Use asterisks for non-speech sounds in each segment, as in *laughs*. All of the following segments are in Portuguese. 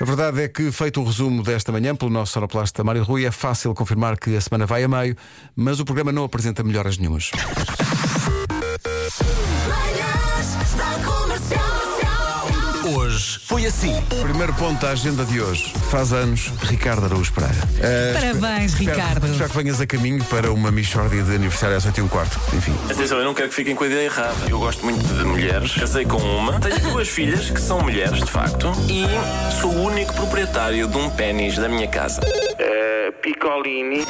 A verdade é que, feito o resumo desta manhã pelo nosso sonoplasta Mário Rui, é fácil confirmar que a semana vai a meio, mas o programa não apresenta melhoras nenhumas. Manhãs da Comercial. Hoje foi assim. Primeiro ponto da agenda de hoje. Faz anos, Ricardo Araújo Pereira. Ah, Parabéns, espero- Ricardo. Espero que venhas a caminho para uma Michórdia de aniversário às 8 e um quarto. Enfim. Atenção, eu não quero que fiquem com a ideia errada. Eu gosto muito de mulheres, casei com uma, tenho duas filhas que são mulheres, de facto, e sou o único proprietário de um pênis da minha casa. Picolini.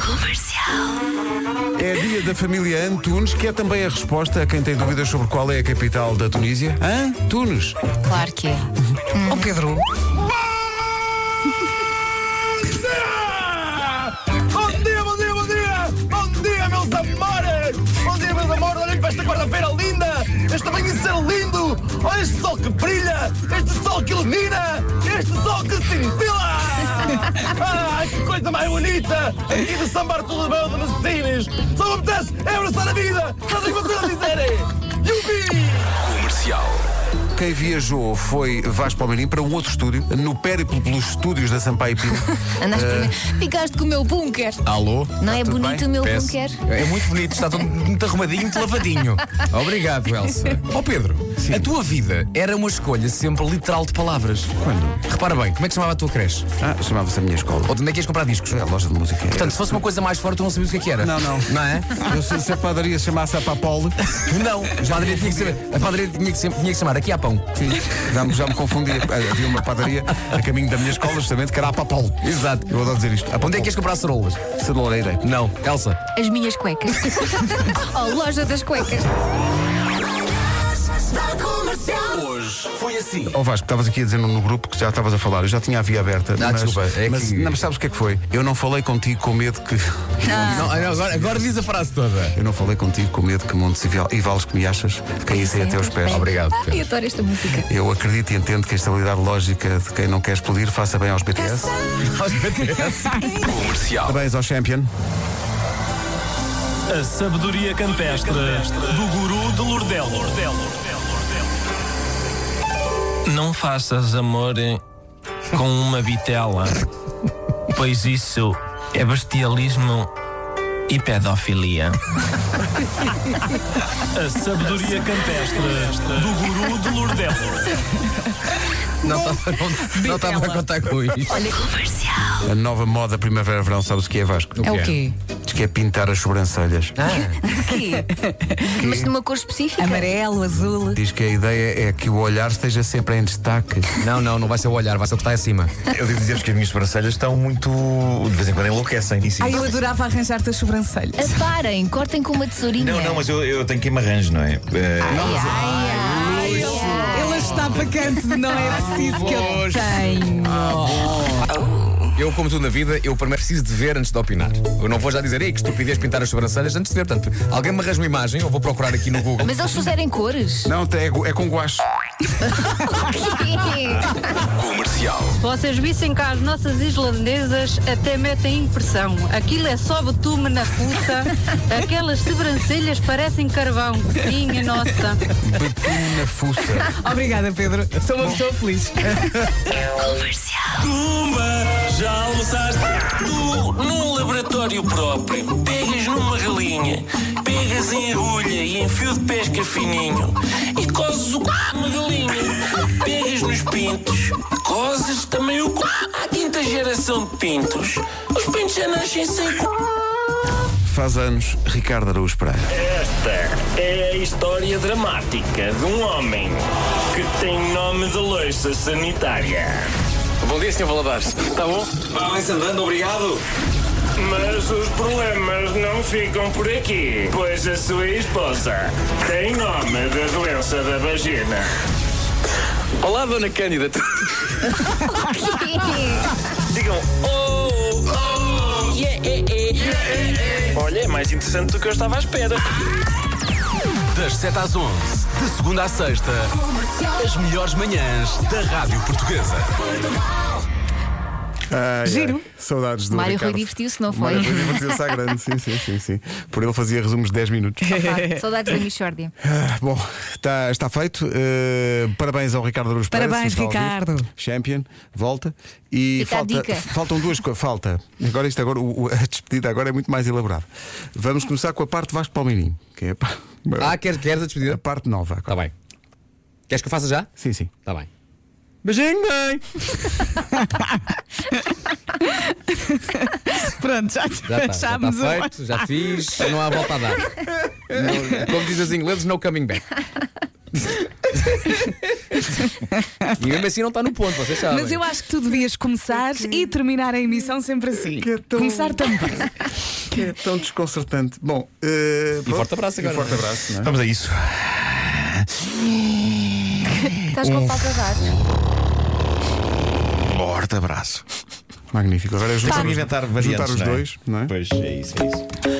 É dia da família Antunes, que é também a resposta a quem tem dúvidas sobre qual é a capital da Tunísia. Hã? Tunes. Claro que é. Ó Pedro, Bom dia, bom dia, bom dia! Bom dia, meus amores! Bom dia, meus amores! Olhem para esta quarta-feira linda! Este amanhecer lindo! Olha este sol que brilha! Este sol que ilumina! Este sol que *laughs* cintila! Ah, que coisa mais bonita! Aqui de São Bartolomeu de Messines! Só me apetece é abraçar a vida! Só tenho uma coisa a dizer! é, Yupi! Comercial. Quem viajou foi Vasco Palmeirim para um outro estúdio, no périplo pelos estúdios da Sampaio Pino. Andaste primeiro. Ficaste com o meu bunker. *laughs* Alô? Não é Tá tudo bonito o meu Peço. bunker? É muito bonito, está tudo muito arrumadinho, muito lavadinho. Obrigado, Elsa. Ó Pedro, a tua vida era uma escolha sempre literal de palavras. Quando? Repara bem, como é que chamava a tua creche? ah, chamava-se a minha escola. Ou de onde é que ias comprar discos? É a loja de música. Portanto, se fosse uma coisa mais forte, tu não sabias o que é que era. Não, não. Não é? Eu sei se a padaria se chamasse a Papole. Não, a padaria tinha que, saber, a padaria tinha que, sempre, tinha que chamar aqui há pão. Sim, já, me- já me confundi. Havia uma padaria a caminho da minha escola, justamente, que era a Papole. Exato. Eu adoro dizer isto. A Onde é que ias comprar cerolas? que Celoreira. Não, Elsa. As minhas cuecas. Ó, loja das cuecas. Manhãs da Comercial. Hoje foi assim. Ó Vasco, estavas aqui a dizer no, no grupo que já estavas a falar, eu já tinha a via aberta. Ah, desculpa, é mas, que- não, mas sabes o que é que foi? Eu não falei contigo com medo *laughs* que. Ah. Não, agora, agora diz a frase toda. Eu não falei contigo com medo que montes e val- e vales que me achas caíssem até os pés. Obrigado, Ai, Pedro. Ah, adoro esta música. Eu acredito e entendo que a estabilidade lógica de quem não quer explodir faça bem aos BTS. Comercial. Parabéns ao Champion. A sabedoria campestre do guru de Lordelo. Não faças amor com uma bitela, pois isso é bestialismo e pedofilia. A sabedoria campestre do guru de Lordelo. Não estava não- não estava a contar com isto. A nova moda primavera-verão, sabes o que é Vasco? é o quê? Diz que é pintar as sobrancelhas. Ah. Mas numa cor específica. Amarelo, azul. Diz que a ideia é que o olhar esteja sempre em destaque. Não, não, não vai ser o olhar, vai ser o que está acima. Eu devo dizer-vos que as minhas sobrancelhas estão muito. de vez em quando enlouquecem. Ai, eu adorava arranjar-te as sobrancelhas. Aparem, cortem com uma tesourinha. Não, não, mas eu, eu tenho que ir me arranjo, não é? Eh, Ai, ai, ai, ai. Ela está vacante, não é preciso que eu Pois. tenho. Eu, como tudo na vida, eu primeiro preciso de ver antes de opinar. Eu não vou já dizer, ei, que estupidez pintar as sobrancelhas antes de ver. Portanto, alguém me arranja uma imagem, eu vou procurar aqui no Google. Mas eles fizerem *laughs* cores. *laughs* Não, é, é com guache. Comercial. Vocês vissem cá as nossas islandesas até metem impressão. Aquilo é só betume na puta. *laughs* Aquelas sobrancelhas parecem carvão. Minha nossa. Betum na fuça. Obrigada, Pedro. Sou uma pessoa feliz. Pumba, já almoçaste? Tu, num laboratório próprio, pegas numa galinha, pegas em agulha e em fio de pesca fininho e cozes o c... uma galinha. Pegas nos pintos, cozes também o c... à quinta geração de pintos. Os pintos já nascem sem c... Faz anos, Ricardo Araújo Pereira. Esta é a história dramática de um homem que tem nome de loiça sanitária. Bom dia, Sr. Valadares. Tá bom? Vai-se andando, obrigado. Mas os problemas não ficam por aqui, pois a sua esposa tem nome da doença da vagina. Olá, Dona Cândida. Digam, oh, oh, yeah, yeah, yeah, yeah. Olha, é mais interessante do que eu estava à espera. Das 7 às 11, de segunda à sexta, as melhores manhãs da Rádio Portuguesa. Ai, ai. Giro. Saudades do Mário Rui Ricardo. divertiu-se, não foi? Mário Rui divertiu-se *laughs* à grande, sim, sim, sim, sim. Por ele fazia resumos de 10 minutos. Opa, Tá, saudades da Michórdia. Ah, *laughs* Bom, está, está feito. Uh, parabéns ao Ricardo Aruz Parabéns, Ricardo. Champion, volta. E Fica a falta, dica. faltam duas coisas. Falta. Agora isto agora, o- o- a despedida agora é muito mais elaborada. Vamos começar com a parte Vasco Palmeirinho, que é a, pa- Ah, queres, queres a a despedida? parte nova. Tá agora. bem. Queres que eu faça já? Sim, sim. Tá bem. Beijinho, mãe! *laughs* Pronto, já, Já está, já tá achámos uma. feito, já fiz, não há volta a *laughs* dar. No- como dizem os ingleses, no coming *laughs* back. e mesmo assim não está no ponto, vocês sabem. Mas eu acho que tu devias começar e terminar a emissão sempre assim. Que é tão- Começar também. Que é tão desconcertante. Bom, uh, E pronto. forte abraço agora. forte abraço. não é? Vamos a isso. Estás com falta de ar. Forte abraço. Magnífico. Agora é juntar, Tem que os- inventar juntar variantes. os não é? dois, não é? Pois é isso, é isso.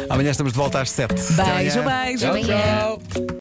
Amanhã estamos de volta às 7. Beijo, beijo. Amanhã.